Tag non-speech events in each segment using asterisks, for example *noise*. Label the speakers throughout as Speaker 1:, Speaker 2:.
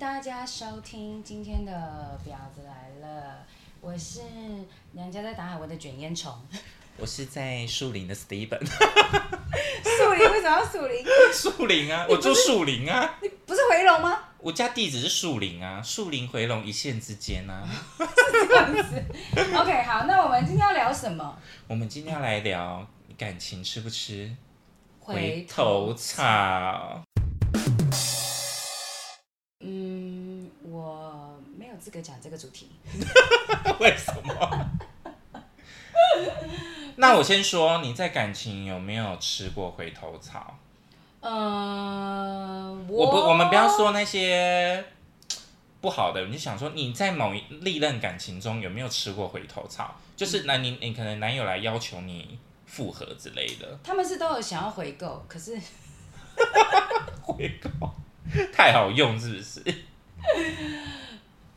Speaker 1: 大家收听今天的《婊子来了》，我是娘家在打海我的卷烟虫。
Speaker 2: 我是在树林的 Steven，
Speaker 1: 树林为什么要树林？
Speaker 2: *laughs* 树林啊，
Speaker 1: 你
Speaker 2: 我
Speaker 1: 不是
Speaker 2: 住树林啊，
Speaker 1: 你不是回笼 *laughs* 吗？
Speaker 2: 我家地址是树林啊，树林回龙一线之间啊。
Speaker 1: 这样子。OK，好，那我们今天要聊什么？
Speaker 2: 我们今天要来聊感情吃不吃回
Speaker 1: 头
Speaker 2: 头。草，
Speaker 1: 嗯，我没有资格讲这个主题。
Speaker 2: 为什 *laughs* 么？那我先说，你在感情有没有吃过回头草？
Speaker 1: 呃，
Speaker 2: 我
Speaker 1: 我
Speaker 2: 不，我们不要说那些不好的，你就想说你在某一历任感情中有没有吃过回头草？就是男你你可能男友来要求你复合之类的，
Speaker 1: 他们是都有想要回购，可是
Speaker 2: 回头太好用是不是？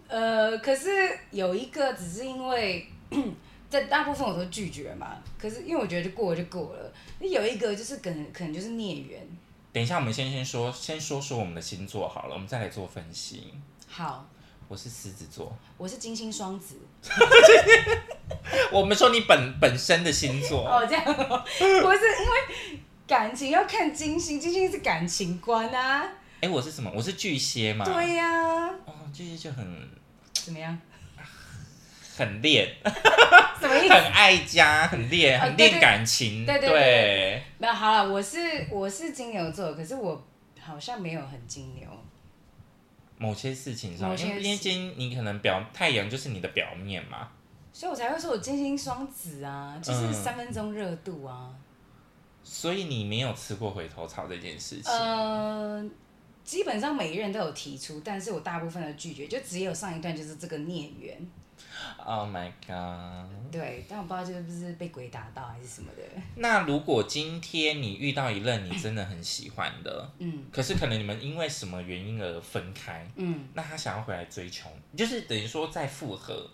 Speaker 1: 呃，可是有一个只是因为 *clears throat* 在大部分我都拒绝嘛，可是因为我觉得就过了就过了。那有一个就是可能可能就是孽缘。
Speaker 2: 等一下，我们先先说先说说我们的星座好了，我们再来做分析。
Speaker 1: 好，
Speaker 2: 我是狮子座，
Speaker 1: 我是金星双子
Speaker 2: *laughs* 我们说你本本身的星座，
Speaker 1: 哦，这样 *laughs* 哦，不是因为感情要看金星，金星是感情观啊，
Speaker 2: 哎、我是什么？我是巨蟹嘛。
Speaker 1: 对呀、
Speaker 2: 哦，巨蟹就很
Speaker 1: 怎么样？
Speaker 2: 很恋，
Speaker 1: *laughs* 什么意思？
Speaker 2: 很爱家，很恋，
Speaker 1: 哦
Speaker 2: 很
Speaker 1: 对
Speaker 2: 恋
Speaker 1: 对
Speaker 2: 感情，
Speaker 1: 对对对
Speaker 2: 对
Speaker 1: 没有好了，我是我是金牛座，可是我好像没有很金牛。
Speaker 2: 某些事情
Speaker 1: 某
Speaker 2: 上，
Speaker 1: 些
Speaker 2: 因为因为
Speaker 1: 事
Speaker 2: 今你可能表太阳就是你的表面嘛，
Speaker 1: 所以我才会说我金星双子啊，就是
Speaker 2: 嗯
Speaker 1: 三分钟热度啊。
Speaker 2: 所以你没有吃过回头草这件事情。
Speaker 1: 呃，基本上每一人都有提出，但是我大部分的拒绝，就只有上一段就是这个孽缘，
Speaker 2: oh my god！
Speaker 1: 对，但我不知道是不是被鬼打到还是什么的， *laughs*
Speaker 2: 那如果今天你遇到一任你真的很喜欢的，
Speaker 1: 嗯
Speaker 2: 可是可能你们因为什么原因而分开，
Speaker 1: 嗯，
Speaker 2: 那他想要回来追求你，就是等于说再复合。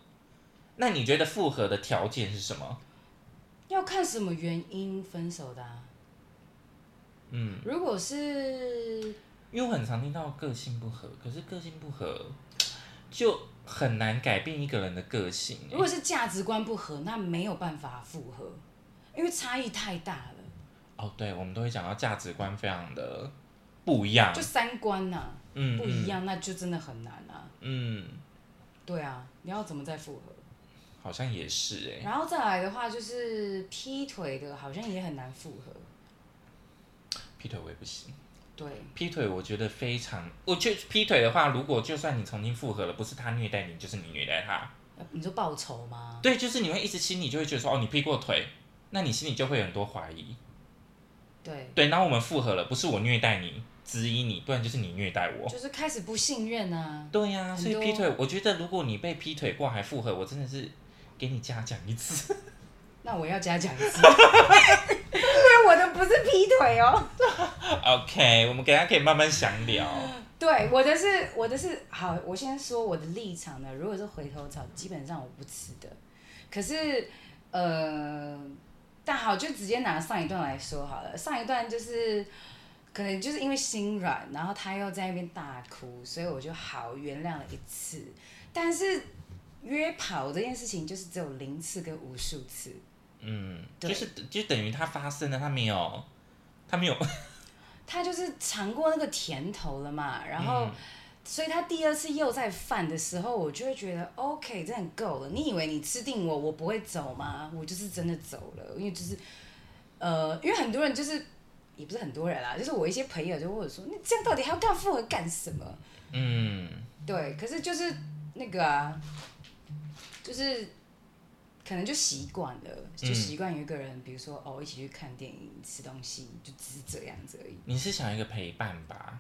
Speaker 2: 那你觉得复合的条件是什么？
Speaker 1: 要看什么原因分手的、啊。
Speaker 2: 嗯，
Speaker 1: 如果是
Speaker 2: 因为我很常听到个性不合，可是个性不合就很难改变一个人的个性、欸
Speaker 1: 如果是价值观不合，那没有办法复合，因为差异太大了，
Speaker 2: 哦，对，我们都会讲到价值观非常的不一样
Speaker 1: 就，三观呐、
Speaker 2: 嗯，
Speaker 1: 不一样，那就真的很难啊。
Speaker 2: 嗯，嗯，
Speaker 1: 对啊，你要怎么再复合？
Speaker 2: 好像也是哎、
Speaker 1: 然后再来的话，就是劈腿的，好像也很难复合。
Speaker 2: 劈腿我也不行，
Speaker 1: 对，
Speaker 2: 劈腿我觉得非常，我觉得劈腿的话，如果就算你重新复合了，不是他虐待你，就是你虐待他，
Speaker 1: 呃你说报仇吗？
Speaker 2: 对，就是你会一直心里就会觉得说，哦，你劈过腿，那你心里就会有很多怀疑，
Speaker 1: 对，
Speaker 2: 对，然后我们复合了，不是我虐待你，质疑你，不然就是你虐待我。
Speaker 1: 就是开始不信任啊。
Speaker 2: 对呀、
Speaker 1: 很
Speaker 2: 所以
Speaker 1: 多
Speaker 2: 劈腿，我觉得如果你被劈腿过还复合，我真的是给你嘉奖一次。 *laughs*
Speaker 1: 那我要加奖金，因为我的不是劈腿哦，
Speaker 2: OK，我们等一下可以慢慢详聊。
Speaker 1: 对，我的是我的是好，我先说我的立场呢。如果是回头草，基本上我不吃的。可是呃，但好，就直接拿上一段来说好了。上一段就是可能就是因为心软，然后他又在那边大哭，所以我就好原谅了一次。但是约跑这件事情，就是只有零次跟无数次。
Speaker 2: 嗯，
Speaker 1: 对
Speaker 2: 就是就等于它发生了，它没有，它没有， *laughs*
Speaker 1: 他就是尝过那个甜头了嘛，然后，所以他第二次又在犯的时候，我就会觉得 OK，这很够了。你以为你吃定我，我不会走吗？我就是真的走了，因为就是，呃，因为很多人就是，也不是很多人啦，就是我一些朋友就问我说，你这样到底还要干复合干什么？
Speaker 2: 嗯，
Speaker 1: 对，可是就是那个啊，就是可能就习惯了，就
Speaker 2: 嗯
Speaker 1: 习惯有一个人，比如说哦，一起去看电影、吃东西，就只是这样子而已。
Speaker 2: 你是想要一个陪伴吧？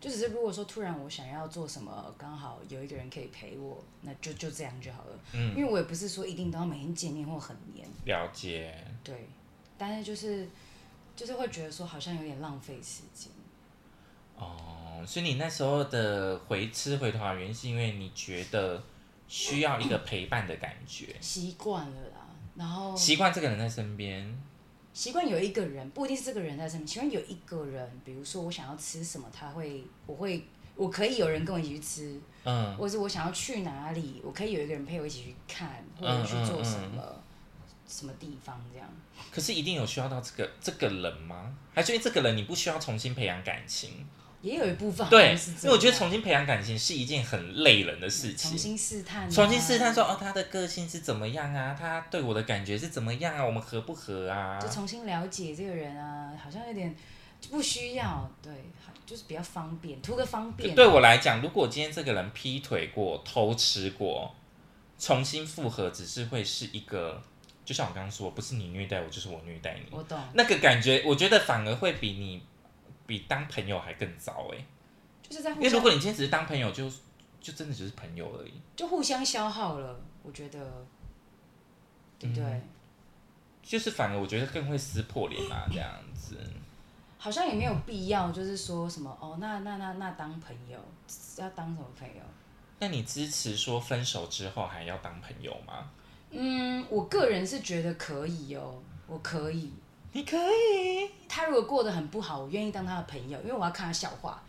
Speaker 1: 就只是如果说突然我想要做什么，刚好有一个人可以陪我，那就就这样就好了。
Speaker 2: 嗯
Speaker 1: 因为我也不是说一定都要每天见面或很黏，
Speaker 2: 了解，
Speaker 1: 对。但是就是就是会觉得说好像有点浪费时间，
Speaker 2: 哦，所以你那时候的回吃回头的原因是因为你觉得需要一个陪伴的感觉，
Speaker 1: 习惯了啦。然后
Speaker 2: 习惯这个人在身边，
Speaker 1: 习惯有一个人，不一定是这个人在身边，习惯有一个人，比如说我想要吃什么，他会我会我可以有人跟我一起去吃，
Speaker 2: 嗯
Speaker 1: 或者是我想要去哪里，我可以有一个人陪我一起去看，或者去做什
Speaker 2: 嗯
Speaker 1: 么、什么地方这样。
Speaker 2: 可是一定有需要到这个这个人吗？还是因为这个人你不需要重新培养感情？
Speaker 1: 也有一部分
Speaker 2: 对，
Speaker 1: 哦是
Speaker 2: 因为我觉得重新培养感情是一件很累人的事
Speaker 1: 重
Speaker 2: 情。
Speaker 1: 新试探啊、
Speaker 2: 重新试探说哦，他的个性是怎么样啊？他对我的感觉是怎么样啊？我们合不合啊？
Speaker 1: 就重新了解这个人啊，好像有点不需要，对，好就是比较方便，图个方便。
Speaker 2: 对我来讲，如果今天这个人劈腿过、偷吃过，重新复合只是会是一个，就像我刚刚说，不是你虐待我，就是我虐待你，
Speaker 1: 我懂，
Speaker 2: 那个感觉，我觉得反而会比你比当朋友还更糟哎、
Speaker 1: 就是在
Speaker 2: 因
Speaker 1: 互
Speaker 2: 为如
Speaker 1: 相
Speaker 2: 果你今天只是当朋友就，就真的只是朋友而已。
Speaker 1: 就互相消耗了，我觉得，
Speaker 2: 嗯
Speaker 1: 对不对？
Speaker 2: 就是反而我觉得更会撕破脸啊，这样子。
Speaker 1: 好像也没有必要，就是说什么哦，那那那那当朋友要当什么朋友？
Speaker 2: 那你支持说分手之后还要当朋友吗？
Speaker 1: 嗯，我个人是觉得可以哦，我可以。
Speaker 2: 你可以，
Speaker 1: 他如果过得很不好，我愿意当他的朋友，因为我要看他笑话。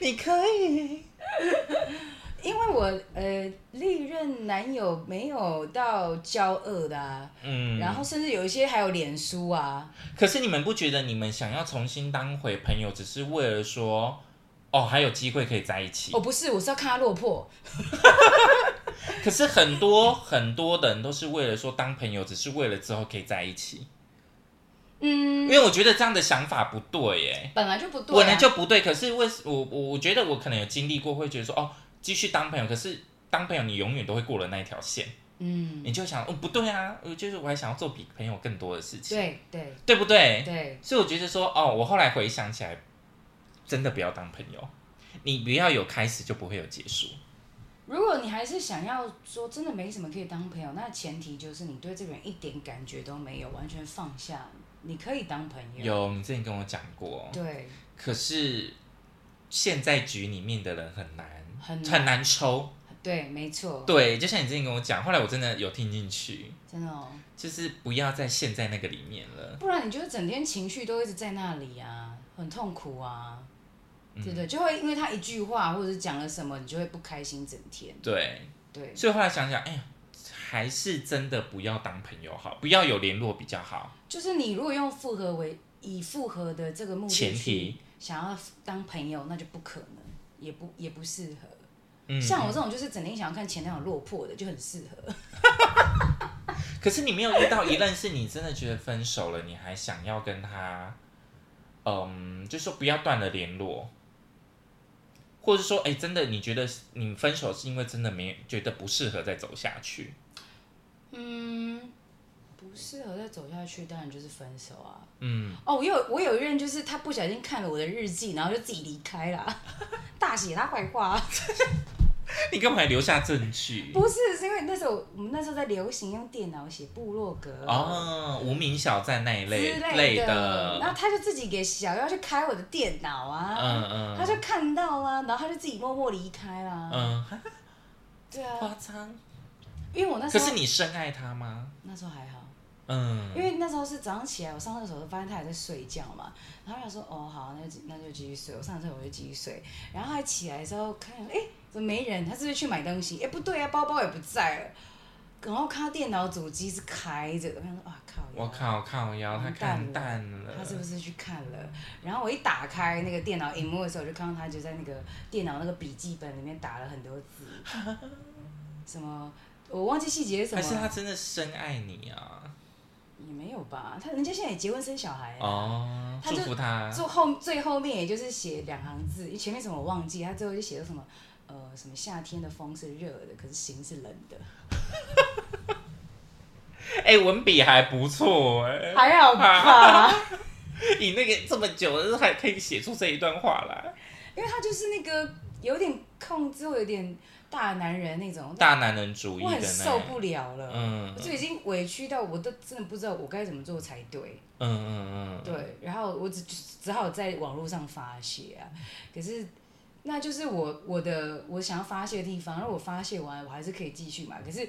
Speaker 2: 你可以。
Speaker 1: 因为我呃历任男友没有到骄恶的啊，
Speaker 2: 嗯，
Speaker 1: 然后甚至有一些还有脸书啊，
Speaker 2: 可是你们不觉得你们想要重新当回朋友，只是为了说，哦，还有机会可以在一起？
Speaker 1: 哦不是，我是要看他落魄，
Speaker 2: 可是很多 *laughs* 很多的人都是为了说当朋友，只是为了之后可以在一起。
Speaker 1: 嗯，
Speaker 2: 因为我觉得这样的想法不对耶，
Speaker 1: 本来就不对、啊，
Speaker 2: 本来就不对。可是为我我我觉得我可能有经历过，会觉得说，哦，继续当朋友，可是当朋友你永远都会过了那一条线，
Speaker 1: 嗯，
Speaker 2: 你就想，哦，不对啊，我就是我还想要做比朋友更多的事情，
Speaker 1: 对对
Speaker 2: 对不对？
Speaker 1: 对，
Speaker 2: 所以我觉得说，哦，我后来回想起来，真的不要当朋友，你不要有开始就不会有结束。
Speaker 1: 如果你还是想要说真的没什么可以当朋友，那前提就是你对这个人一点感觉都没有，完全放下，你可以当朋友，
Speaker 2: 有，你之前跟我讲过，
Speaker 1: 对，
Speaker 2: 可是现在局里面的人很难
Speaker 1: 很难
Speaker 2: 很难抽。
Speaker 1: 对，没错，
Speaker 2: 对，就像你之前跟我讲，后来我真的有听进去，
Speaker 1: 真的哦，
Speaker 2: 就是不要再陷在那个里面了。
Speaker 1: 不然你就是整天情绪都一直在那里啊，很痛苦啊，对
Speaker 2: 嗯
Speaker 1: 不对？就会因为他一句话或者是讲了什么，你就会不开心整天，
Speaker 2: 对，
Speaker 1: 对，
Speaker 2: 所以后来想想，哎呀，还是真的不要当朋友好，不要有联络比较好。
Speaker 1: 就是你如果用复合为以复合的这个目的
Speaker 2: 前
Speaker 1: 去
Speaker 2: 提，
Speaker 1: 想要当朋友，那就不可能，也不也不适合。
Speaker 2: 嗯，
Speaker 1: 像我这种就是整天想要看前男友落魄的，就很适合。
Speaker 2: 可是你没有遇到一任是你真的觉得分手了，你还想要跟他，嗯，就说不要断了联络，或者说，哎、真的你觉得你分手是因为真的没觉得不适合再走下去，
Speaker 1: 嗯，不适合再走下去，当然就是分手啊。
Speaker 2: 嗯，
Speaker 1: 哦，我有我有一任就是他不小心看了我的日记，然后就自己离开了， *laughs* 大写他坏话。
Speaker 2: 你干嘛还留下证据？
Speaker 1: 不是，是因为那时候我们那时候在流行用电脑写部落格。
Speaker 2: 哦，无名小站那一
Speaker 1: 之
Speaker 2: 类
Speaker 1: 类然后
Speaker 2: 的，
Speaker 1: 他就自己给小妖去开我的电脑啊，
Speaker 2: 嗯嗯
Speaker 1: 他就看到啊，然后他就自己默默离开啦、
Speaker 2: 嗯，
Speaker 1: 对啊，
Speaker 2: 夸张。
Speaker 1: 因为我那时
Speaker 2: 可
Speaker 1: 候
Speaker 2: 是你深爱他吗？
Speaker 1: 那时候还好，
Speaker 2: 嗯
Speaker 1: 因为那时候是早上起来，我上厕所都发现他还在睡觉嘛，然后我想说哦好，那就那就继续睡，我上厕所我就继续睡，然后他起来的时候看，哎、怎么没人？他是不是去买东西？哎、不对啊，包包也不在了，然后看到电脑主机是开着的，我想说啊靠，
Speaker 2: 我靠靠腰，他
Speaker 1: 完蛋
Speaker 2: 看淡了，
Speaker 1: 他是不是去看了？然后我一打开那个电脑荧幕的时候，我就看到他就在那个电脑那个笔记本里面打了很多
Speaker 2: *laughs*
Speaker 1: 字，什么我忘记细节是什
Speaker 2: 还是
Speaker 1: 么
Speaker 2: 他
Speaker 1: 了，
Speaker 2: 真的深爱你啊？
Speaker 1: 也没有吧？他人家现在也结婚生小孩、啊，
Speaker 2: 哦，
Speaker 1: 他
Speaker 2: 祝
Speaker 1: 就
Speaker 2: 福他。
Speaker 1: 最后最后面也就是写两行字，因为前面什么我忘记，他最后就写了什么呃什么夏天的风是热的，可是心是冷
Speaker 2: *laughs*
Speaker 1: 的，
Speaker 2: 哎、文笔还不错哎、
Speaker 1: 还好吧？ *laughs*
Speaker 2: 你那个这么久了，还可以写出这一段话来，
Speaker 1: 因为他就是那个有点控制，有点大男人那种，
Speaker 2: 大男人主义
Speaker 1: 我
Speaker 2: 的
Speaker 1: 很受
Speaker 2: 呢。
Speaker 1: 不了了。
Speaker 2: 嗯
Speaker 1: 我就已经委屈到我都真的不知道我该怎么做才对，
Speaker 2: 嗯嗯嗯，嗯，
Speaker 1: 对，然后我只只好在网络上发泄啊，可是那就是我我
Speaker 2: 嗯
Speaker 1: 的我想要发泄的地方，然后我发泄完我还是可以继续嘛，可是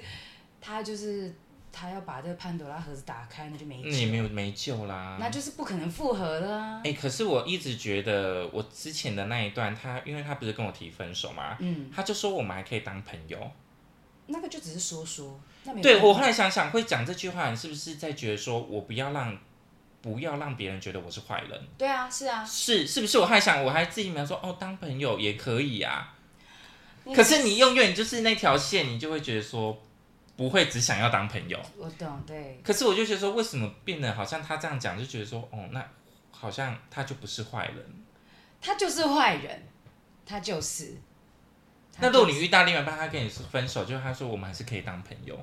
Speaker 1: 他就是他要把这个潘朵拉盒子打开，那就没
Speaker 2: 那也嗯没
Speaker 1: 救，
Speaker 2: 有没救啦。
Speaker 1: 那嗯就是不可能复合的啊。
Speaker 2: 哎、可是我一直觉得我之前的那一段，他因为他不是跟我提分手嘛，
Speaker 1: 嗯，
Speaker 2: 他就说我们还可以当朋友。
Speaker 1: 那个就只是说说，那没有
Speaker 2: 对
Speaker 1: 办法
Speaker 2: 我后来想想，会讲这句话，你是不是在觉得说我不要让不要让别人觉得我是坏人？
Speaker 1: 对啊，是啊。
Speaker 2: 是是不是？我还想，我还自己描说哦，当朋友也可以啊。
Speaker 1: 你
Speaker 2: 可是你永远就是那条线，你就会觉得说不会只想要当朋友。
Speaker 1: 我懂，对，
Speaker 2: 可是我就觉得说，为什么变得好像他这样讲，就觉得说哦，那好像他就不是坏人。
Speaker 1: 他就是坏人，他就是。
Speaker 2: 那
Speaker 1: 他
Speaker 2: 如果
Speaker 1: 就
Speaker 2: 你
Speaker 1: 是
Speaker 2: 遇到另外一半，他跟你说分手，就他说我们还是可以当朋友，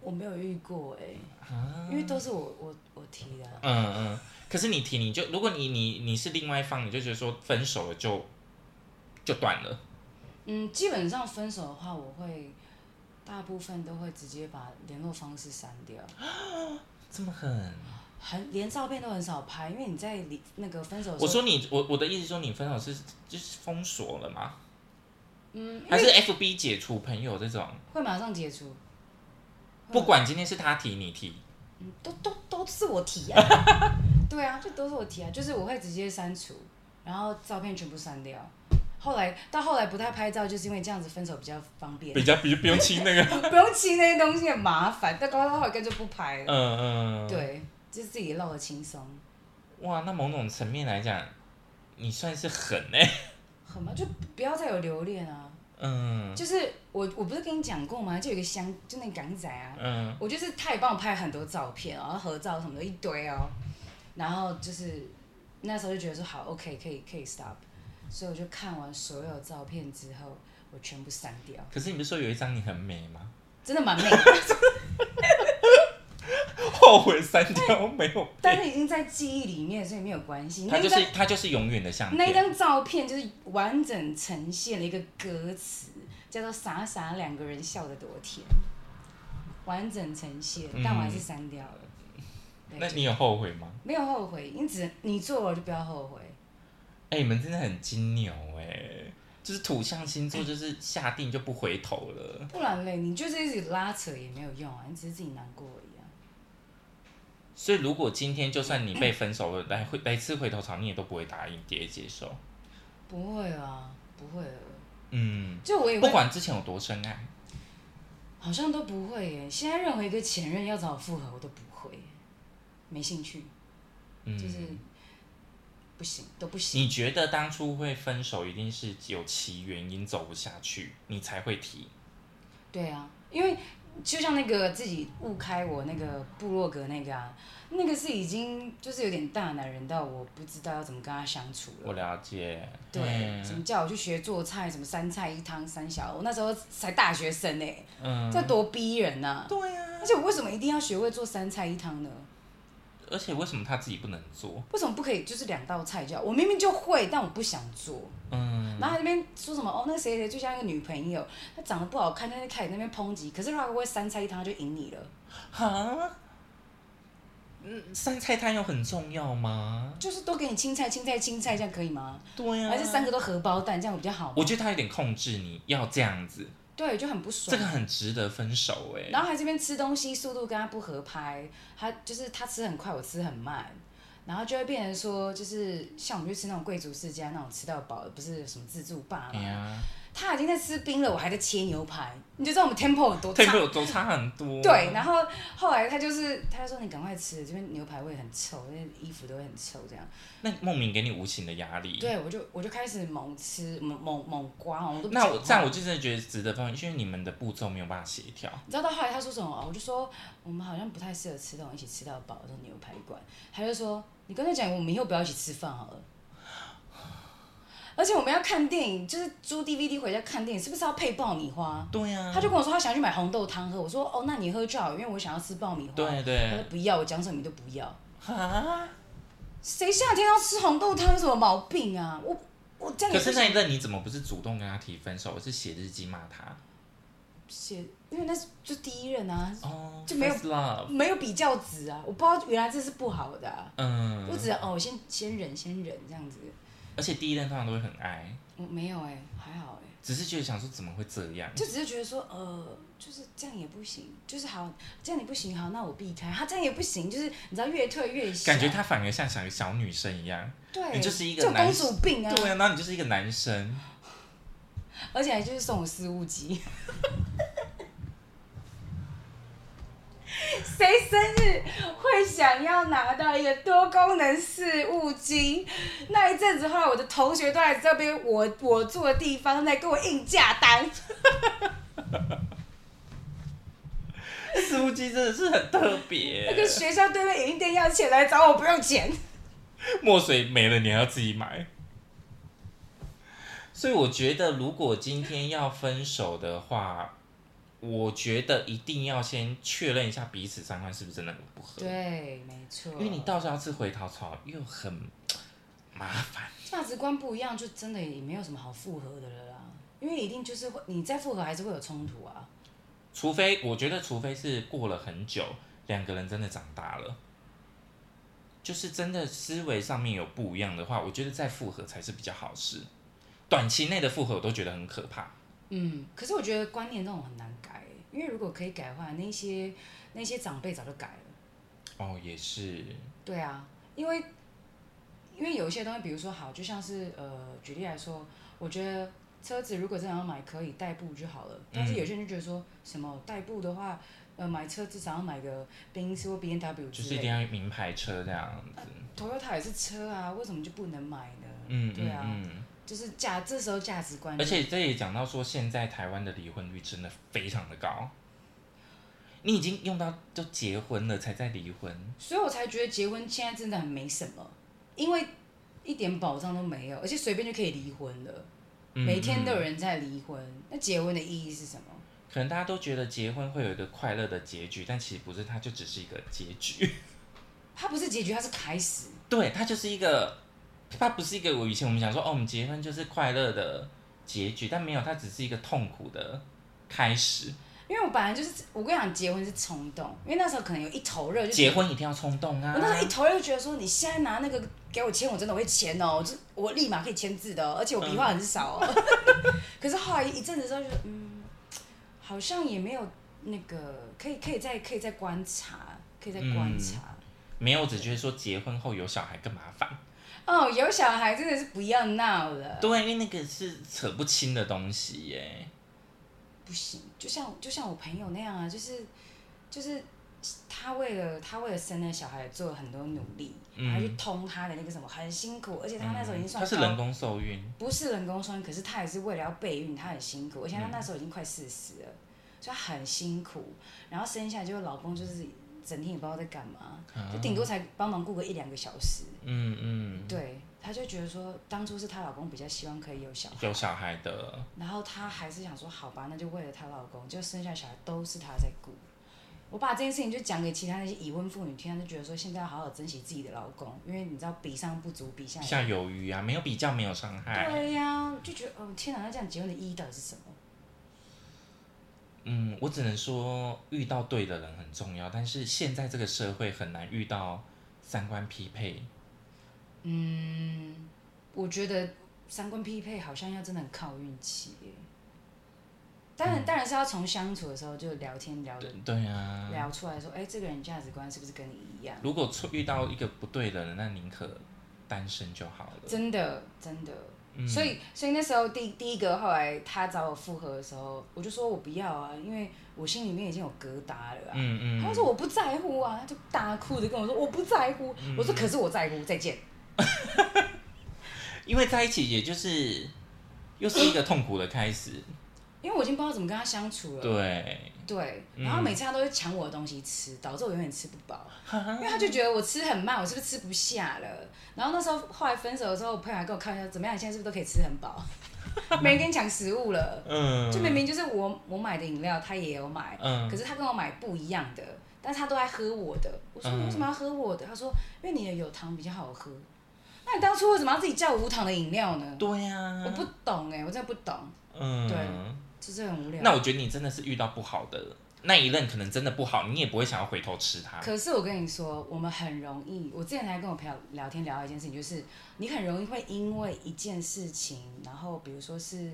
Speaker 1: 我没有遇过哎、
Speaker 2: 啊
Speaker 1: 因为都是我我我提的啊、
Speaker 2: 嗯嗯。可是你提你就，如果你你你是另外一方，你就觉得说分手了就就断了，
Speaker 1: 嗯，基本上分手的话，我会大部分都会直接把联络方式删掉，
Speaker 2: 这么狠。
Speaker 1: 很连照片都很少拍，因为你在离那个分手的时
Speaker 2: 我
Speaker 1: 候，
Speaker 2: 说你我我的意思说你分手是就是封锁了吗？
Speaker 1: 嗯，因
Speaker 2: 还
Speaker 1: 为
Speaker 2: 是 FB 解除朋友这种？
Speaker 1: 会马上解除，
Speaker 2: 不管今天是他提你提，
Speaker 1: 嗯都都都是我提 *laughs* 啊，对啊，就都是我提啊，就是我会直接删除，然后照片全部删掉。后来到后来不太拍照，就是因为这样子分手比较方便，
Speaker 2: 比较比不用
Speaker 1: *laughs*
Speaker 2: 亲那个，
Speaker 1: 不用清那些东西很麻烦，但到后来根本就不拍了。
Speaker 2: 嗯嗯，，
Speaker 1: 对，就自己唠的轻松，
Speaker 2: 哇，那某种层面来讲，你算是狠哎、欸，
Speaker 1: 很嘛，就不要再有留恋啊。
Speaker 2: 嗯
Speaker 1: 就是我我不是跟你讲过吗？就有一个香，就那个港仔啊，
Speaker 2: 嗯，
Speaker 1: 我就是他也帮我拍很多照片，然后合照什么的一堆哦，然后就是那时候就觉得说好 OK 可以可以 stop，所以我就看完所有照片之后，我全部删掉，
Speaker 2: 可是你不是说有一张你很美吗？
Speaker 1: 真的蛮美，
Speaker 2: *laughs* 后悔删掉没有
Speaker 1: 但
Speaker 2: 被，
Speaker 1: 是已经在记忆里面，所以没有关系。
Speaker 2: 他
Speaker 1: 那一
Speaker 2: 就
Speaker 1: 张
Speaker 2: 是他就是永远的相
Speaker 1: 那一
Speaker 2: 片。
Speaker 1: 张照片就是完整呈现了一个歌词，叫做“傻傻两个人笑得多甜”，完整呈现，但我还是删掉了。
Speaker 2: 嗯那
Speaker 1: 对，
Speaker 2: 你有后悔吗？
Speaker 1: 没有后悔，你只你做了就不要后悔。
Speaker 2: 哎、你们真的很金牛哎、就是土象星座，就是下定就不回头了。
Speaker 1: 不然嘞，你就是一直拉扯也没有用啊，你只是自己难过而已啊。
Speaker 2: 所以如果今天就算你被分手了，来回来一次回头草，你也都不会答应，直接接受。
Speaker 1: 不会啊，不会了，
Speaker 2: 嗯，
Speaker 1: 就我也
Speaker 2: 不
Speaker 1: 会，
Speaker 2: 管之前有多深爱，
Speaker 1: 好像都不会耶。现在任何一个前任要找我复合，我都不会，没兴趣，
Speaker 2: 嗯，
Speaker 1: 就是、不行，都不行。
Speaker 2: 你觉得当初会分手，一定是有其原因走不下去，你才会提。
Speaker 1: 对啊，因为就像那个自己误开我那个部落格那个啊，那个是已经就是有点大男人到我不知道要怎么跟他相处
Speaker 2: 我
Speaker 1: 了。
Speaker 2: 了解，
Speaker 1: 对，
Speaker 2: 嗯
Speaker 1: 什么叫我去学做菜，什么三菜一汤三小，我那时候才大学生呢、欸
Speaker 2: 嗯，
Speaker 1: 这多逼人呐、
Speaker 2: 对啊呀、
Speaker 1: 而且我为什么一定要学会做三菜一汤呢？
Speaker 2: 而且为什么他自己不能做？
Speaker 1: 为什么不可以就是两道菜就好？我明明就会，但我不想做。
Speaker 2: 嗯，
Speaker 1: 然后他那边说什么哦，那个谁谁就像一个女朋友，她长得不好看，但是开始那边抨击。可是如果会三菜一汤，她就赢你了。
Speaker 2: 哈，嗯，三菜摊有很重要吗？
Speaker 1: 就是多给你青菜、青菜、青菜，这样可以吗？
Speaker 2: 对啊呀、
Speaker 1: 还是三个都荷包蛋，这样比较好吗
Speaker 2: 嗯我觉得他有点控制你，要这样子，
Speaker 1: 对，就很不爽。
Speaker 2: 这个很值得分手哎、
Speaker 1: 然后还这边吃东西速度跟他不合拍，他就是他吃很快，我吃很慢，然后就会变成说，就是像我们去吃那种贵族世家那种吃到饱，不是什么自助吧
Speaker 2: 哎
Speaker 1: 嘛，
Speaker 2: 呀，
Speaker 1: 他已经在吃冰了，我还在切牛排，你就知道我们 tempo 有多
Speaker 2: *laughs* 退
Speaker 1: 差。
Speaker 2: 步都差很多。
Speaker 1: 对，然后后来他就是，他就说你赶快吃，这边牛排味很臭，那衣服都会很臭这样。
Speaker 2: 那梦明给你无情的压力。
Speaker 1: 对，我就我就开始猛吃，猛猛猛刮，我都不
Speaker 2: 那
Speaker 1: 讲
Speaker 2: 我
Speaker 1: 话
Speaker 2: 这样我就真的觉得值得分手，因为你们的步骤没有办法协调。
Speaker 1: 你知道到后来他说什么哦吗？我就说我们好像不太适合吃那种一起吃到饱的牛排馆。他就说你跟他讲，我们以后不要一起吃饭好了。而且我们要看电影，就是租 DVD 回家看电影，是不是要配爆米花？
Speaker 2: 对啊呀、
Speaker 1: 他就跟我说他想去买红豆汤喝，我说哦，那你喝就好，因为我想要吃爆米花。
Speaker 2: 对
Speaker 1: 他说
Speaker 2: 对，
Speaker 1: 不要，我讲什么你都不要。
Speaker 2: 啊！
Speaker 1: 谁夏天要吃红豆汤有什么毛病啊？我我这样也
Speaker 2: 可
Speaker 1: 不
Speaker 2: 是
Speaker 1: 行
Speaker 2: 那一任你怎么不是主动跟他提分手，而是写日记骂他？
Speaker 1: 写，因为那是就第一任啊，
Speaker 2: 哦，
Speaker 1: 就没有
Speaker 2: first love，
Speaker 1: 没有比较值啊，我不知道原来这是不好的、啊。
Speaker 2: 嗯，
Speaker 1: 我只能哦，先先忍，先忍这样子。嗯
Speaker 2: 而且第一任通常都会很爱，
Speaker 1: 我没有哎、还好哎、
Speaker 2: 只是觉得想说怎么会这样？
Speaker 1: 就只是觉得说，呃，就是这样也不行，就是好，这样你不行，好，那我避开他，这样也不行，就是你知道越退越小，
Speaker 2: 感觉他反而像小小女生一样，
Speaker 1: 对，
Speaker 2: 你就是一个
Speaker 1: 这种
Speaker 2: 男
Speaker 1: 公主病啊，
Speaker 2: 对啊，那你就是一个男生，
Speaker 1: *laughs* 而且还就是送我失误机。谁生日会想要拿到一个多功能事务机？那一阵子后来，我的同学都来这边我我住的地方来跟我印价单。
Speaker 2: 司机真的是很特
Speaker 1: 那个
Speaker 2: 别。
Speaker 1: 学校对面影店要钱来找我，不用钱。
Speaker 2: 墨水没了，你还要自己买。所以我觉得，如果今天要分手的话，我觉得一定要先确认一下彼此三观是不是真的很不合，
Speaker 1: 对，没错。
Speaker 2: 因为你到时候要吃回头草又很麻烦。
Speaker 1: 价值观不一样，就真的也没有什么好复合的了啦。因为一定就是会，你再复合还是会有冲突啊。
Speaker 2: 除非我觉得，除非是过了很久，两个人真的长大了，就是真的思维上面有不一样的话，我觉得再复合才是比较好事。短期内的复合我都觉得很可怕，
Speaker 1: 嗯，可是我觉得观念这种很难改欸，因为如果可以改的话，那些那些长辈早就改了。
Speaker 2: 哦，也是，
Speaker 1: 对啊，因为因为有一些东西，比如说好，就像是呃，举例来说，我觉得车子如果真的要买，可以代步就好了。但是
Speaker 2: 嗯
Speaker 1: 有些人就觉得说、什么代步的话，呃，买车至少要买个宾士或 B N W
Speaker 2: 就
Speaker 1: 之
Speaker 2: 是一
Speaker 1: 类
Speaker 2: 定
Speaker 1: 的。
Speaker 2: 要名牌车这样子。
Speaker 1: Toyota 也是车啊，为什么就不能买呢？
Speaker 2: 嗯
Speaker 1: 对
Speaker 2: 嗯
Speaker 1: 啊，
Speaker 2: 嗯，
Speaker 1: 就是价这时候价值观
Speaker 2: 而
Speaker 1: 念，
Speaker 2: 且这也讲到说，现在台湾的离婚率真的非常的高，你已经用到就结婚了才在离婚，
Speaker 1: 所以我才觉得结婚现在真的很没什么，因为一点保障都没有，而且随便就可以离婚了，
Speaker 2: 嗯
Speaker 1: 每天都有
Speaker 2: 嗯
Speaker 1: 人在离婚，那结婚的意义是什么？
Speaker 2: 可能大家都觉得结婚会有一个快乐的结局，但其实不是，它就只是一个结局。 *laughs*
Speaker 1: 它不是结局，它是开始。
Speaker 2: 对，它就是一个，它不是一个我以前我们想说哦，我们结婚就是快乐的结局，但没有，它只是一个痛苦的开始。
Speaker 1: 因为我本来就是，我跟你讲，结婚是冲动，因为那时候可能有一头热，就
Speaker 2: 结
Speaker 1: 觉得。
Speaker 2: 婚一定要冲动啊！
Speaker 1: 哎我那时候一头热就觉得说，你现在拿那个给我签，我真的会签哦，就我立马可以签字的、
Speaker 2: 嗯
Speaker 1: 哦，而且我笔画很少哦。 *laughs* 可是后来一阵子之后就，嗯，好像也没有那个，可以可以再可以再观察，可以再观察。
Speaker 2: 没有，我只觉得说结婚后有小孩更麻烦。
Speaker 1: 哦，有小孩真的是不要闹了，
Speaker 2: 对，因为那个是扯不清的东西耶。
Speaker 1: 不行，就像就像我朋友那样啊，就是就是他为了他为了生那小孩做了很多努力，
Speaker 2: 嗯
Speaker 1: 还去通他的那个什么，很辛苦，而且他那时候已经
Speaker 2: 嗯
Speaker 1: 算
Speaker 2: 它是
Speaker 1: 高
Speaker 2: 人工受孕，
Speaker 1: 不是人工生，可是他也是为了要备孕，他很辛苦，而且他
Speaker 2: 嗯
Speaker 1: 那时候已经快四十了，所以他很辛苦。然后生下来就老公就是整天也不知道在干嘛，就顶多才帮忙顾个一两个小时。
Speaker 2: 嗯啊嗯，
Speaker 1: 对，她就觉得说，当初是她老公比较希望可以有小孩，
Speaker 2: 有小孩的，
Speaker 1: 然后她还是想说，好吧，那就为了她老公，就生下小孩都是她在顾。我把这件事情就讲给其他那些已婚妇女听，她就觉得说，现在要好好珍惜自己的老公，因为你知道，比上不足，比下有
Speaker 2: 像鱿鱼啊，没有比较没有伤害。
Speaker 1: 对呀、就觉得哦，天哪，那这样结婚的意义到底是什么？
Speaker 2: 嗯，我只能说遇到对的人很重要，但是现在这个社会很难遇到三观匹配。
Speaker 1: 嗯，我觉得三观匹配好像要真的很靠运气耶。当然，当然是要从相处的时候就聊天聊的
Speaker 2: 嗯对对啊，
Speaker 1: 聊出来说，哎、这个人价值观是不是跟你一样？
Speaker 2: 如果错遇到一个不对的人，那宁可单身就好了。
Speaker 1: 真的，真的。
Speaker 2: 嗯
Speaker 1: 所以，所以那时候第第一个，后来他找我复合的时候，我就说我不要啊，因为我心里面已经有疙瘩了啊。
Speaker 2: 嗯嗯，
Speaker 1: 他说我不在乎啊，他就大哭着跟我说我不在乎。
Speaker 2: 嗯
Speaker 1: 我说可是我在乎，再见。
Speaker 2: 因为在一起也就是又是一个痛苦的开始。
Speaker 1: 因为我已经不知道怎么跟他相处了。
Speaker 2: 对，
Speaker 1: 对，
Speaker 2: 嗯
Speaker 1: 然后每次他都会抢我的东西吃，导致我永远吃不饱，因为他就觉得我吃很慢，我是不是吃不下了？然后那时候后来分手的时候，我朋友还跟我开玩笑，怎么样，你现在是不是都可以吃很
Speaker 2: *laughs*
Speaker 1: 饱？没人跟你抢食物了，
Speaker 2: 嗯，
Speaker 1: 就明明就是我我买的饮料，他也有买，
Speaker 2: 嗯
Speaker 1: 可是他跟我买不一样的，但是他都爱喝我的。我说
Speaker 2: 嗯
Speaker 1: 你为什么要喝我的？他说因为你的有糖比较好喝。那你当初为什么要自己叫我无糖的饮料呢？
Speaker 2: 对啊呀，
Speaker 1: 我不懂哎、我真的不懂，
Speaker 2: 嗯
Speaker 1: 对就是很无聊。
Speaker 2: 那我觉得你真的是遇到不好的那一任，可能真的不好，你也不会想要回头吃他。
Speaker 1: 可是我跟你说，我们很容易。我之前才跟我朋友聊天聊到一件事情，就是你很容易会因为一件事情，然后比如说是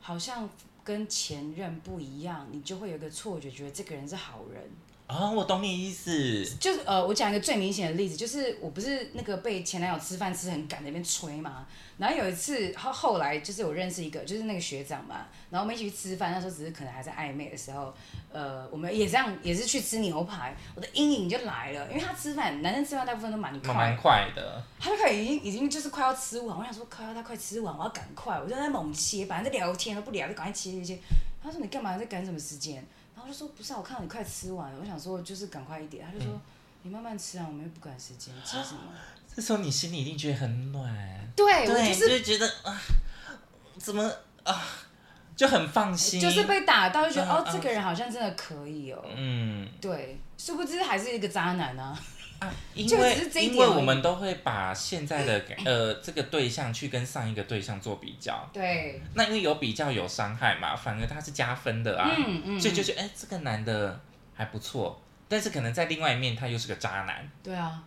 Speaker 1: 好像跟前任不一样，你就会有一个错觉，觉得这个人是好人。
Speaker 2: 啊、我懂你意思。
Speaker 1: 就是呃，我讲一个最明显的例子，就是我不是那个被前男友吃饭吃很赶那边吹嘛，然后有一次后后来就是我认识一个就是那个学长嘛，然后我们一起去吃饭，那时候只是可能还在暧昧的时候，呃，我们也这样也是去吃牛排，我的阴影就来了，因为他吃饭男生吃饭大部分都蛮快
Speaker 2: 蛮蛮快的，
Speaker 1: 他就开始已经已经就是快要吃完，我想说快要他快吃完，我要赶快，我就在猛切，反正在聊天都不聊，就赶快切切切。他说你干嘛在赶什么时间？然后我就说不是啊，我看到你快吃完了，我想说就是赶快一点。他就说、
Speaker 2: 嗯
Speaker 1: 你慢慢吃啊，我们又不赶时间，急什么？
Speaker 2: 这时候你心里一定觉得很暖，
Speaker 1: 对我
Speaker 2: *gasps* 对，
Speaker 1: 就是
Speaker 2: 就觉得啊，怎么啊，就很放心，
Speaker 1: 就是被打到，就觉得、
Speaker 2: 嗯
Speaker 1: 哦
Speaker 2: 嗯
Speaker 1: 这个人好像真的可以哦。
Speaker 2: 嗯
Speaker 1: 对，殊不知还是一个渣男啊。
Speaker 2: 啊，因
Speaker 1: 就
Speaker 2: 为
Speaker 1: 只是这一点
Speaker 2: 因为
Speaker 1: 而已
Speaker 2: 我们都会把现
Speaker 1: *laughs*
Speaker 2: 在的呃这个对象去跟上一个对象做比较，
Speaker 1: 对，
Speaker 2: 那因为有比较有伤害嘛，反而他是加分的啊，
Speaker 1: 嗯嗯，
Speaker 2: 所以就觉得哎、这个男的还不错，但是可能在另外一面他又是个渣男，
Speaker 1: 对啊，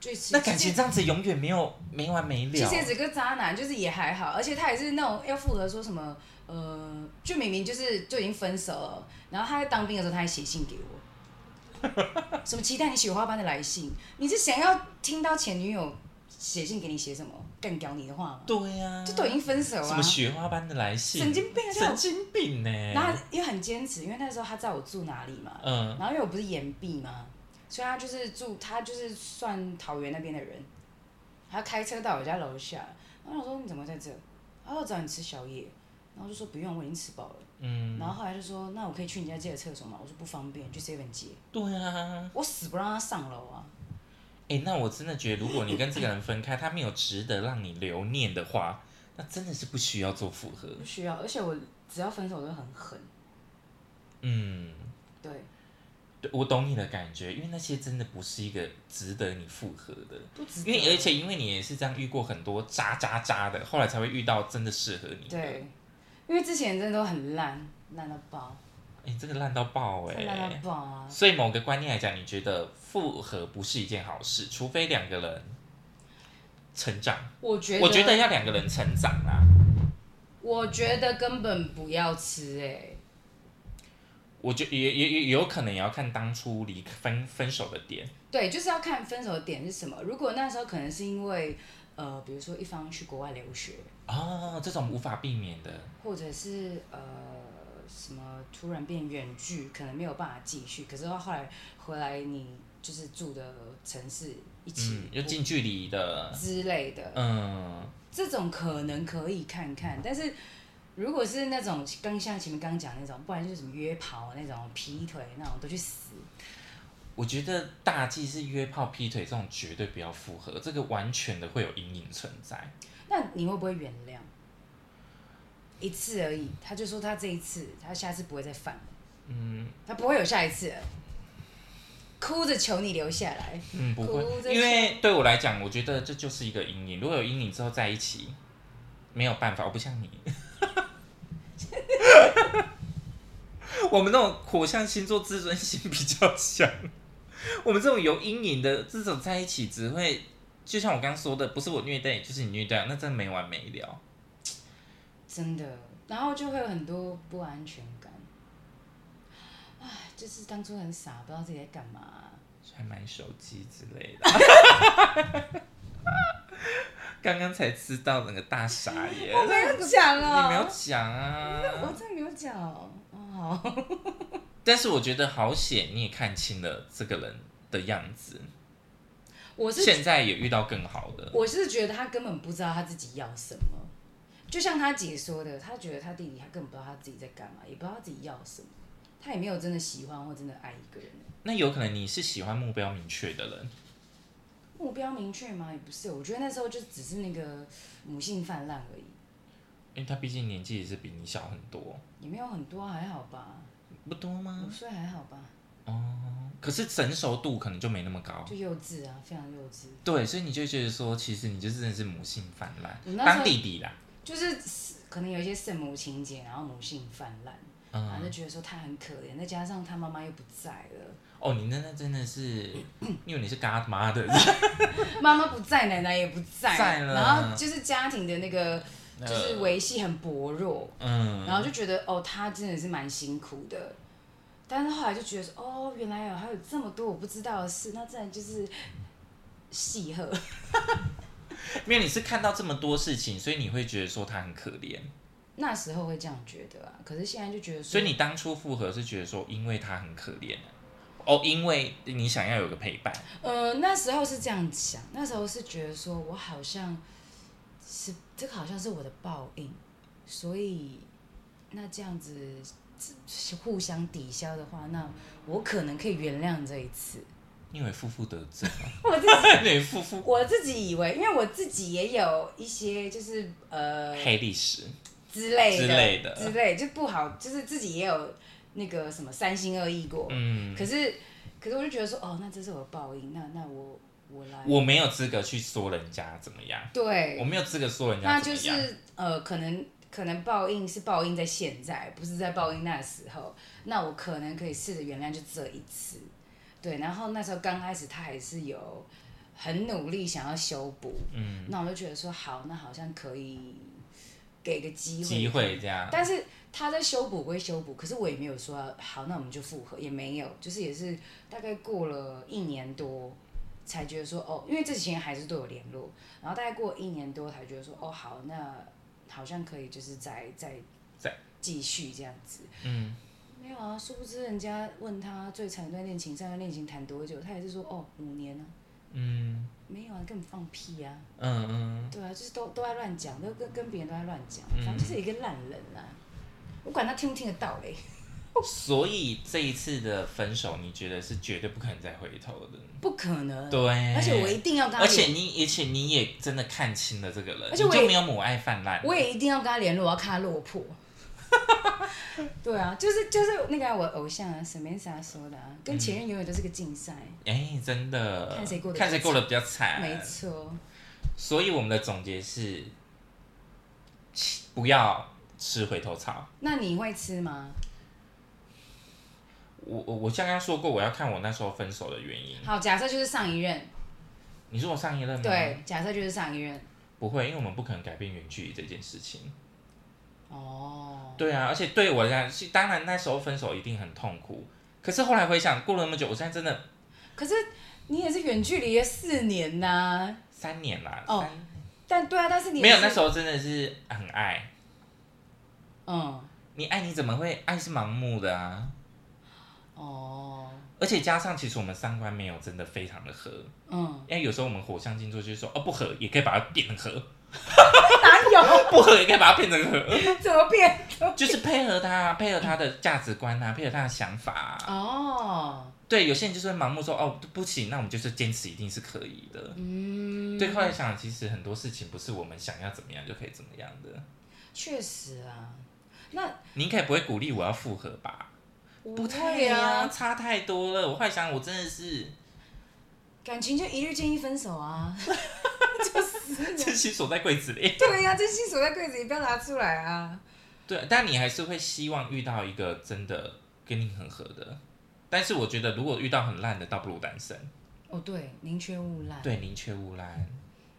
Speaker 1: 最其
Speaker 2: 那感情这样子永远没有没完没
Speaker 1: 其
Speaker 2: 了
Speaker 1: 实。也只是个渣男，就是也还好，而且他也是那种要复合说什么，呃，就明明就是就已经分手了，然后他在当兵的时候他还写信给
Speaker 2: *laughs*
Speaker 1: 我，什么期待你雪花般的来信，你是想要听到前女友写信给你写什么干掉你的话吗？
Speaker 2: 对呀、
Speaker 1: 这都已经分手
Speaker 2: 什
Speaker 1: 啊
Speaker 2: 么，雪花般的来信，
Speaker 1: 神经病啊！这
Speaker 2: 神
Speaker 1: 种
Speaker 2: 经病呢、
Speaker 1: 然后他又很坚持，因为那时候他知道我住哪里嘛，
Speaker 2: 嗯，
Speaker 1: 然后因为我不是岩壁嘛，所以他就是住，他就是算桃园那边的人，他开车到我家楼下，然后我说你怎么在这？他说我找你吃宵夜，然后我就说不用，我已经吃饱了。
Speaker 2: 嗯，
Speaker 1: 然后后来就说那我可以去你家借厕所吗？我说不方便，去 seven 借。
Speaker 2: 对啊，
Speaker 1: 我死不让他上楼啊！
Speaker 2: 哎、那我真的觉得，如果你跟这个人分开，他没有值得让你留念的话，那真的是不需要做复合。
Speaker 1: 不需要，而且我只要分手我就很狠。
Speaker 2: 嗯，
Speaker 1: 对，
Speaker 2: 对，我懂你的感觉，因为那些真的不是一个值得你复合的。
Speaker 1: 不值得。
Speaker 2: 因为而且因为你也是这样遇过很多渣渣渣的，后来才会遇到真的适合你的。
Speaker 1: 对，因为之前真的都很烂，烂到爆，
Speaker 2: 哎、这个烂到爆哎、
Speaker 1: 真的烂到爆啊！
Speaker 2: 所以某个观念来讲，你觉得复合不是一件好事，除非两个人成长。
Speaker 1: 我觉得，
Speaker 2: 我觉得要两个人成长啦。
Speaker 1: 我觉得根本不要吃哎、
Speaker 2: 我觉也也也有可能也要看当初离分分手的点。
Speaker 1: 对，就是要看分手的点是什么。如果那时候可能是因为，呃，比如说一方去国外留学，
Speaker 2: 哦，这种无法避免的，
Speaker 1: 或者是呃什么突然变远距，可能没有办法继续。可是到后来回来，你就是住的城市一起
Speaker 2: 嗯，、又近距离的，
Speaker 1: 之类的，
Speaker 2: 嗯，
Speaker 1: 这种可能可以看看。但是如果是那种刚像前面刚讲那种，不然就是什么约炮那种、劈腿那种，都去死。
Speaker 2: 我觉得大忌是约炮、劈腿这种绝对不要复合，这个完全的会有阴影存在。
Speaker 1: 那你会不会原谅？一次而已，他就说他这一次，他下次不会再犯了，
Speaker 2: 嗯
Speaker 1: 他不会有下一次了哭着求你留下来，
Speaker 2: 嗯，不会
Speaker 1: 哭，着
Speaker 2: 因为对我来讲，我觉得这就是一个阴影。如果有阴影之后在一起，没有办法，我不像你。 *laughs* 我们那种火象星座自尊心比较强，我们这种有阴影的这种在一起只会，就像我刚刚说的，不是我虐待你，就是你虐待我，那真的没完没了。
Speaker 1: 真的。然后就会有很多不安全感。唉，就是当初很傻，不知道自己在干嘛、
Speaker 2: 还买手机之类的。 *laughs* 刚刚才知道，整个大傻眼。
Speaker 1: *laughs* 我没有讲
Speaker 2: 哎你没有
Speaker 1: 哦，
Speaker 2: 讲啊
Speaker 1: 我。真的没有讲哦。哦，好
Speaker 2: 但是我觉得好险，你也看清了这个人的样子。
Speaker 1: 我是
Speaker 2: 现在也遇到更好的，
Speaker 1: 我是觉得他根本不知道他自己要什么，就像他姐说的，他觉得他弟弟他根本不知道他自己在干嘛，也不知道他自己要什么，他也没有真的喜欢或真的爱一个人。
Speaker 2: 那有可能你是喜欢目标明确的人。
Speaker 1: 目标明确吗？也不是，我觉得那时候就只是那个母性泛滥而已，
Speaker 2: 因为他毕竟年纪也是比你小很多，
Speaker 1: 也没有很多，还好吧，
Speaker 2: 不多吗
Speaker 1: 五？岁还好吧，
Speaker 2: 可是成熟度可能就没那么高。
Speaker 1: 就幼稚啊，非常幼稚，
Speaker 2: 对，所以你就觉得说，其实你就真的是母性泛滥
Speaker 1: 我，那时候
Speaker 2: 当弟弟啦。
Speaker 1: 就是可能有一些圣母情节，然后母性泛滥，然后
Speaker 2: 嗯
Speaker 1: 就，觉得说他很可怜，再加上他妈妈又不在了，
Speaker 2: 哦，你那那真的是， *coughs* 因为你是 *laughs* godmother，
Speaker 1: 妈妈不在，奶奶也不在，
Speaker 2: 在了
Speaker 1: 然后就是家庭的那个
Speaker 2: 那
Speaker 1: 就是维系很薄弱，
Speaker 2: 嗯，
Speaker 1: 然后就觉得哦，他真的是蛮辛苦的。但是后来就觉得说，哦，原来有还有这么多我不知道的事，那真的就是戏鹤。
Speaker 2: 因为你是看到这么多事情，所以你会觉得说他很可怜，
Speaker 1: 那时候会这样觉得啊，可是现在就觉得说，
Speaker 2: 所以你当初复合是觉得说因为他很可怜，哦，因为你想要有个陪伴，
Speaker 1: 呃，那时候是这样想，那时候是觉得说我好像是这个好像是我的报应，所以那这样子这互相抵消的话，那我可能可以原谅这一次。
Speaker 2: 因为负负得
Speaker 1: *laughs*
Speaker 2: 正啊，
Speaker 1: 我自
Speaker 2: 你负负
Speaker 1: 我自己以为，因为我自己也有一些就是呃
Speaker 2: 黑历史，
Speaker 1: 之类的
Speaker 2: 之类的
Speaker 1: 之类就不好，就是自己也有那个什么三心二意过。
Speaker 2: 嗯，
Speaker 1: 可是可是我就觉得说，哦，那这是我的报应，那那我我来，
Speaker 2: 我没有资格去说人家怎么样，
Speaker 1: 对，
Speaker 2: 我没有资格说人
Speaker 1: 那
Speaker 2: 家怎
Speaker 1: 就
Speaker 2: 么样，
Speaker 1: 是呃，可能可能报应是报应在现在，不是在报应那时候。那我可能可以试着原谅就这一次，对。然后那时候刚开始他还是有很努力想要修补，
Speaker 2: 嗯，
Speaker 1: 那我就觉得说好，那好像可以给个机会，
Speaker 2: 机会这样，
Speaker 1: 但是他在修补归修补，可是我也没有说要好，那我们就复合，也没有，就是也是大概过了一年多才觉得说哦，因为这几天还是都有联络，然后大概过一年多才觉得说哦，好，那好像可以就是再再
Speaker 2: 再
Speaker 1: 继续这样子。
Speaker 2: 嗯，
Speaker 1: 没有啊，殊不知人家问他最长一段恋情，上一段恋情谈多久，他也是说哦五年啊，
Speaker 2: 嗯
Speaker 1: 没有啊，根本放屁啊，
Speaker 2: 嗯嗯，
Speaker 1: 对啊，就是都都在乱讲，都跟跟别人都在乱讲，反正就是一个烂人啊，我管他听不听得到嘞。
Speaker 2: 嗯所以这一次的分手，你觉得是绝对不可能再回头的，
Speaker 1: 不可能。
Speaker 2: 对，
Speaker 1: 嗯而且我一定要跟他
Speaker 2: 而且
Speaker 1: 联，
Speaker 2: 你，而且你也真的看清了这个人，
Speaker 1: 而且
Speaker 2: 你
Speaker 1: 我也
Speaker 2: 就没有母爱泛滥。
Speaker 1: 我也一定要跟他联络，我要看他落魄。 *laughs* 对啊，就是就是那个啊我偶像啊，沈 s a 说的啊，跟前任永远都是个竞赛，
Speaker 2: 哎、真的，
Speaker 1: 看谁过得
Speaker 2: 看谁过得比较惨。
Speaker 1: 没错。
Speaker 2: 所以我们的总结是，切不要吃回头草。
Speaker 1: 那你会吃吗？
Speaker 2: 我我我刚刚说过，我要看我那时候分手的原因。
Speaker 1: 好，假设就是上一任，
Speaker 2: 你说我上一任吗？，
Speaker 1: 对，假设就是上一任。
Speaker 2: 不会，因为我们不可能改变远距离这件事情。
Speaker 1: 哦，
Speaker 2: 对啊，而且对我来讲，是当然那时候分手一定很痛苦。可是后来回想，过了那么久，我现在真的
Speaker 1: 可是你也是远距离了四年呐、
Speaker 2: 三年啦，
Speaker 1: 哦
Speaker 2: 三
Speaker 1: 但对啊，但是你也
Speaker 2: 没有
Speaker 1: 是
Speaker 2: 那时候真的是很爱，
Speaker 1: 嗯，
Speaker 2: 你爱你怎么会爱是盲目的啊？
Speaker 1: 哦，
Speaker 2: 而且加上，其实我们三观没有真的非常的合，
Speaker 1: 嗯，
Speaker 2: 因为有时候我们火象星座就是说，哦不合也可以把它变成合，
Speaker 1: *laughs* 哪有？
Speaker 2: 不合也可以把它变成合，
Speaker 1: 怎么变？
Speaker 2: 就是配合他，配合他的价值观啊，配合他的想法、啊。
Speaker 1: 哦，
Speaker 2: 对，有些人就是会盲目说，哦不行，那我们就是坚持一定是可以的。
Speaker 1: 嗯，
Speaker 2: 对，后来想，其实很多事情不是我们想要怎么样就可以怎么样的。
Speaker 1: 确实啊，那
Speaker 2: 你应该不会鼓励我要复合吧？
Speaker 1: 不
Speaker 2: 不太
Speaker 1: 会
Speaker 2: 呀、
Speaker 1: 啊，
Speaker 2: 差太多了。我后来想，我真的是，
Speaker 1: 感情就一律建议分手啊，
Speaker 2: 真心锁在柜子里。
Speaker 1: 对呀、真心锁在柜子里，不要拿出来啊。
Speaker 2: 对，但你还是会希望遇到一个真的跟你很合的。但是我觉得，如果遇到很烂的，倒不如单身。
Speaker 1: 哦，对，宁缺毋滥。，
Speaker 2: 对，宁缺毋滥。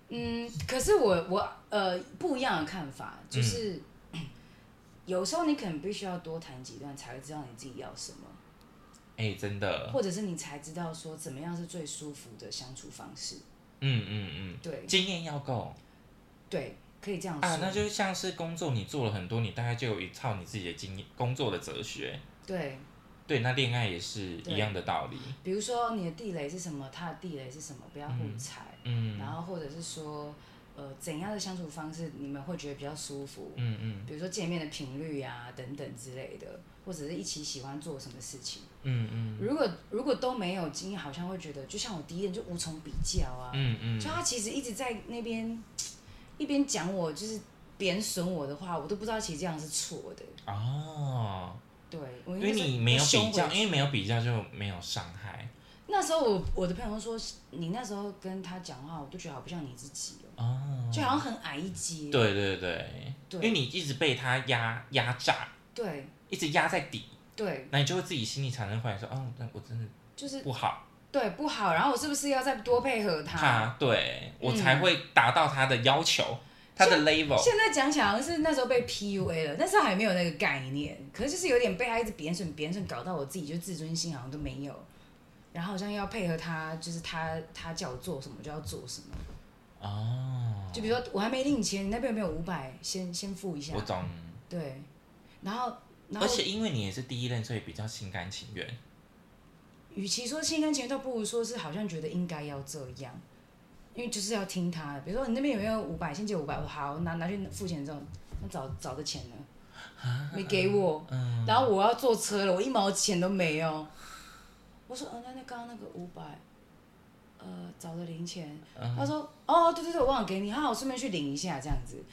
Speaker 1: 嗯，可是我我呃不一样的看法，就是、
Speaker 2: 嗯
Speaker 1: *clears throat* 有时候你可能必须要多谈几段，才会知道你自己要什么，
Speaker 2: 哎、真的，
Speaker 1: 或者是你才知道说怎么样是最舒服的相处方式。
Speaker 2: 嗯嗯
Speaker 1: 对
Speaker 2: 嗯，经验要够
Speaker 1: 对，可以这样说。
Speaker 2: 啊。那就像是工作，你做了很多，你大概就有一套你自己的经验，工作的哲学。
Speaker 1: 对，
Speaker 2: 对，那恋爱也是一样的道理。
Speaker 1: 比如说你的地雷是什么，他的地雷是什么，不要互
Speaker 2: 嗯
Speaker 1: 踩。
Speaker 2: 嗯
Speaker 1: 然后或者是说，呃，怎样的相处方式你们会觉得比较舒服？
Speaker 2: 嗯嗯
Speaker 1: 比如说见面的频率呀、等等之类的，或者是一起喜欢做什么事情。
Speaker 2: 嗯嗯
Speaker 1: 如果如果都没有经验，好像会觉得，就像我第一任就无从比较啊。
Speaker 2: 嗯
Speaker 1: 就
Speaker 2: 嗯，
Speaker 1: 他其实一直在那边一边讲我，就是贬损我的话，我都不知道其实这样是错的。
Speaker 2: 哦，
Speaker 1: 对，我
Speaker 2: 因
Speaker 1: 应该
Speaker 2: 为
Speaker 1: 是
Speaker 2: 你没有
Speaker 1: 凶
Speaker 2: 比
Speaker 1: 回
Speaker 2: 较，
Speaker 1: 去
Speaker 2: 因为没有比较就没有伤害。
Speaker 1: 那时候我我的朋友说，你那时候跟他讲话，我都觉得好不像你自己哦，
Speaker 2: 哦，
Speaker 1: 就好像很矮一截。
Speaker 2: 对对对，
Speaker 1: 对
Speaker 2: 因为你一直被他压压榨，
Speaker 1: 对
Speaker 2: 一直压在底，
Speaker 1: 对，
Speaker 2: 那你就会自己心里产生怀疑，说，哦，那我真的
Speaker 1: 就是
Speaker 2: 不好，
Speaker 1: 对不好，然后我是不是要再多配合他？嗯
Speaker 2: 他对我才会达到他的要求。他的 level
Speaker 1: 现在讲起来好像是那时候被 PUA 了，但是还没有那个概念，可是就是有点被他一直贬损贬损，搞到我自己就自尊心好像都没有，然后好像要配合他，就是他他叫我做什么就要做什么，
Speaker 2: 哦，
Speaker 1: 就比如说我还没领钱，你那边有没有五百？先先付一下
Speaker 2: 我，懂。
Speaker 1: 对，然后然
Speaker 2: 而
Speaker 1: 后
Speaker 2: 且因为你也是第一任，所以比较心甘情愿。
Speaker 1: 与其说心甘情愿，倒不如说是好像觉得应该要这样，因为就是要听他的。比如说你那边有没有五百，先借五百，我好拿拿去付钱这种，那早早的钱呢？没给我，然后我要坐车了，我一毛钱都没有。我说，嗯、那那刚刚那个五百，呃，找的零钱。他说，哦，对对对，我忘了给你，好，我顺便去领一下这样子。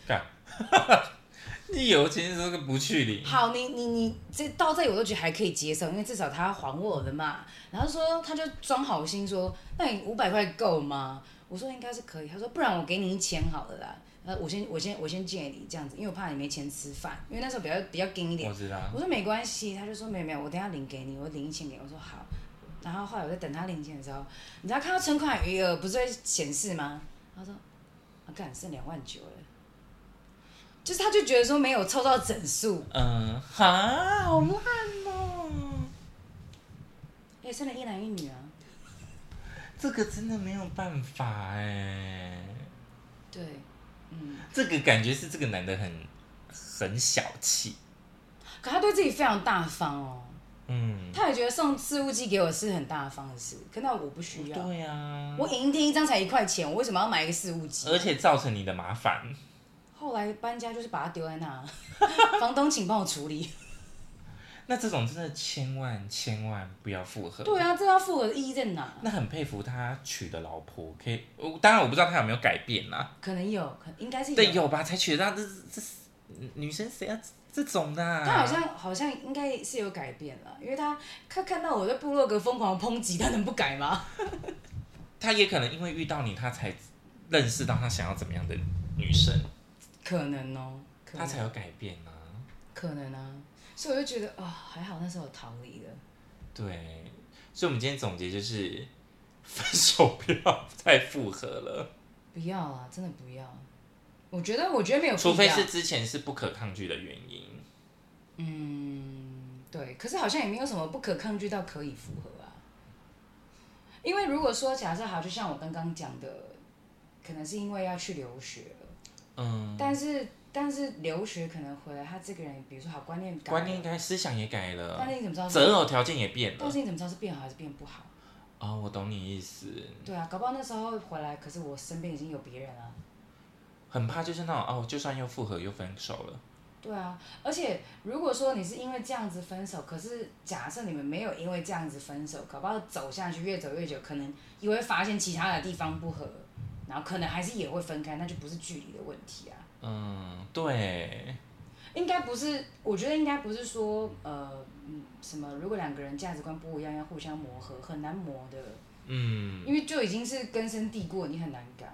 Speaker 2: *laughs* 你有钱这个不去理，
Speaker 1: 好，你你你这到这里我都觉得还可以接受，因为至少他还我了嘛。然后说他就装好心说，那你五百块够吗？我说应该是可以。他说不然我给你一千好了啦。呃，我先我先我先借你这样子，因为我怕你没钱吃饭，因为那时候比较比较紧一点
Speaker 2: 我。知道。
Speaker 1: 我说没关系，他就说没有没有，我等一下领给你，我领一千给你。我说好。然后后来我在等他领钱的时候，你知道看到存款余额不是会显示吗？他说，啊，干剩两万九了，就是他就觉得说没有凑到整数，
Speaker 2: 嗯，哈，好烂哦！
Speaker 1: 也生了一男一女啊，
Speaker 2: 这个真的没有办法哎，
Speaker 1: 对，嗯，
Speaker 2: 这个感觉是这个男的很很小气。
Speaker 1: 可他对自己非常大方哦，
Speaker 2: 嗯，
Speaker 1: 他也觉得送事务机给我是很大方的事，可那我不需要，
Speaker 2: 对啊，
Speaker 1: 我影音厅一张才一块钱，我为什么要买一个事务机？
Speaker 2: 而且造成你的麻烦。
Speaker 1: 后来搬家就是把它丢在那， *laughs* 房东请帮我处理。
Speaker 2: 那这种真的千万千万不要复合。
Speaker 1: 对啊，这要复合的意义在哪？
Speaker 2: 那很佩服他娶的老婆，可以，我当然我不知道他有没有改变啦、
Speaker 1: 可能有，可应该是
Speaker 2: 对，有吧？才娶得到这这这女生谁要这种的、啊？
Speaker 1: 他好像好像应该是有改变了，因为他他看到我在部落格疯狂抨击，他能不改吗？
Speaker 2: 他也可能因为遇到你，他才认识到他想要怎么样的女生，
Speaker 1: 可能哦，可
Speaker 2: 他
Speaker 1: 能
Speaker 2: 才有改变啊。
Speaker 1: 可能啊，所以我就觉得啊、还好那时候我逃离了。
Speaker 2: 对，所以我们今天总结就是， *laughs* 分手不要再复合了，
Speaker 1: 不要啊，真的不要。我觉得，我觉得没有必要，
Speaker 2: 除非是之前是不可抗拒的原因。
Speaker 1: 对，可是好像也没有什么不可抗拒到可以符合啊。因为如果说假设好，就像我刚刚讲的，可能是因为要去留学了，
Speaker 2: 嗯，
Speaker 1: 但是但是留学可能回来，他这个人，比如说好观念改了，
Speaker 2: 观念改，思想也改了
Speaker 1: 但，是你怎么知道是？
Speaker 2: 择偶条件也变
Speaker 1: 但
Speaker 2: 了。
Speaker 1: 是你怎么知道是变好还是变不好？
Speaker 2: 哦，我懂你意思，
Speaker 1: 对啊，搞不好那时候回来，可是我身边已经有别人了。
Speaker 2: 很怕就是那种哦，就算又复合又分手了。
Speaker 1: 对啊，而且如果说你是因为这样子分手，可是假设你们没有因为这样子分手，搞不好走下去越走越久，可能也会发现其他的地方不合，然后可能还是也会分开，那就不是距离的问题啊。
Speaker 2: 嗯，对，
Speaker 1: 应该不是，我觉得应该不是说呃嗯什么，如果两个人价值观不一样，要互相磨合，很难磨的，
Speaker 2: 嗯，
Speaker 1: 因为就已经是根深蒂固了，你很难改。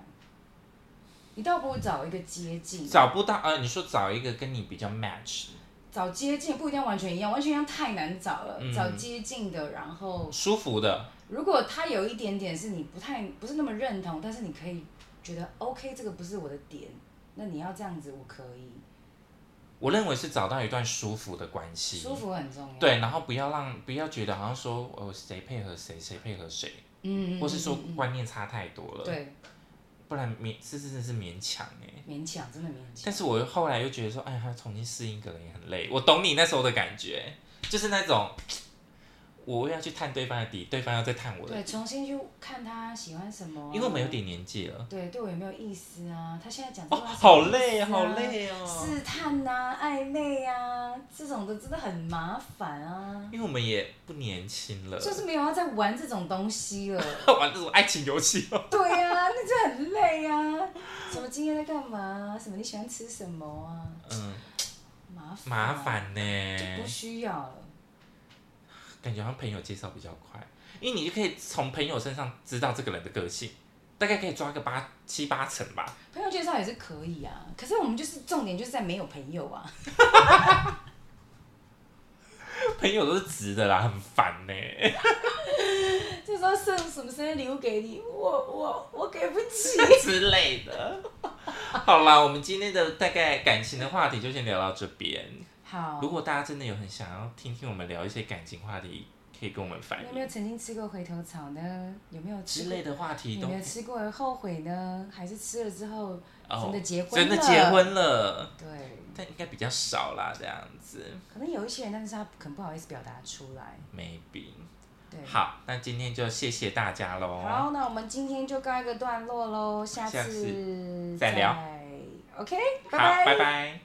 Speaker 1: 你倒不如找一个接近，
Speaker 2: 找不到呃，你说找一个跟你比较 match
Speaker 1: 找接近不一定要完全一样，完全一样太难找了。
Speaker 2: 嗯
Speaker 1: 找接近的，然后
Speaker 2: 舒服的，
Speaker 1: 如果他有一点点是你不太不是那么认同，但是你可以觉得 OK，这个不是我的点，那你要这样子我可以，
Speaker 2: 我认为是找到一段舒服的关系，
Speaker 1: 舒服很重要。，
Speaker 2: 对，然后不要让不要觉得好像说哦谁配合谁谁配合谁，
Speaker 1: 嗯，嗯
Speaker 2: 或是说
Speaker 1: 嗯嗯
Speaker 2: 观念差太多了，
Speaker 1: 对
Speaker 2: 不然勉是是是是勉强哎、
Speaker 1: 勉强，真的勉强
Speaker 2: 但。是我又后来又觉得说，哎，他重新适应可能也很累。我懂你那时候的感觉，就是那种我要去探对方的底，对方要再探我的
Speaker 1: 对，，重新去看他喜欢什么啊，
Speaker 2: 因为我们有点年纪了。
Speaker 1: 对对我有没有意思啊？他现在讲这
Speaker 2: 哦，
Speaker 1: 话、
Speaker 2: 好累，
Speaker 1: 啊
Speaker 2: 好。累哦。
Speaker 1: 试探呐、暧昧啊，这种的真的很麻烦啊，
Speaker 2: 因为我呃们也不年轻了， *laughs*
Speaker 1: 就是没有要再玩这种东西了。
Speaker 2: 玩这种爱情游
Speaker 1: *laughs*
Speaker 2: 戏哦。
Speaker 1: 对呀、那就很累呀、什么今天在干嘛？什么你喜欢吃什么啊？
Speaker 2: 嗯，
Speaker 1: 麻烦
Speaker 2: 麻烦欸呢、
Speaker 1: 就不需要了。
Speaker 2: 感觉好像朋友介绍比较快，因为你就可以从朋友身上知道这个人的个性，大概可以抓个八七八成吧。
Speaker 1: 朋友介绍也是可以啊，可是我们就是重点就是在没有朋友啊。 *laughs*
Speaker 2: 朋友都是直的啦，很烦呢、
Speaker 1: *laughs* 这时候
Speaker 2: *laughs*
Speaker 1: 送什么生日礼物给你，我我我给不起。
Speaker 2: 之类的。 *laughs* 好啦，我们今天的大概感情的话题就先聊到这边。
Speaker 1: 好
Speaker 2: 如，果大家真的有很想要听听我们聊一些感情话题，可以跟我们反
Speaker 1: 你有没
Speaker 2: 映
Speaker 1: 有曾经吃过回头草呢？有没有吃
Speaker 2: 之
Speaker 1: 过
Speaker 2: 类？的话题
Speaker 1: 有
Speaker 2: 都
Speaker 1: 没有吃过而后悔呢？还是吃了之后真的
Speaker 2: 哦，
Speaker 1: 结婚了？
Speaker 2: 真的结？婚了，
Speaker 1: 对，
Speaker 2: 但应该比较少啦，这样子
Speaker 1: 可能有一些人，但是他可能不好意思表达出来。
Speaker 2: maybe。
Speaker 1: 对，
Speaker 2: 好，那今天就谢谢大家喽，
Speaker 1: 好，那我们今天就告一个段落喽，下
Speaker 2: 下
Speaker 1: 次
Speaker 2: 再聊。
Speaker 1: OK，
Speaker 2: 好，拜拜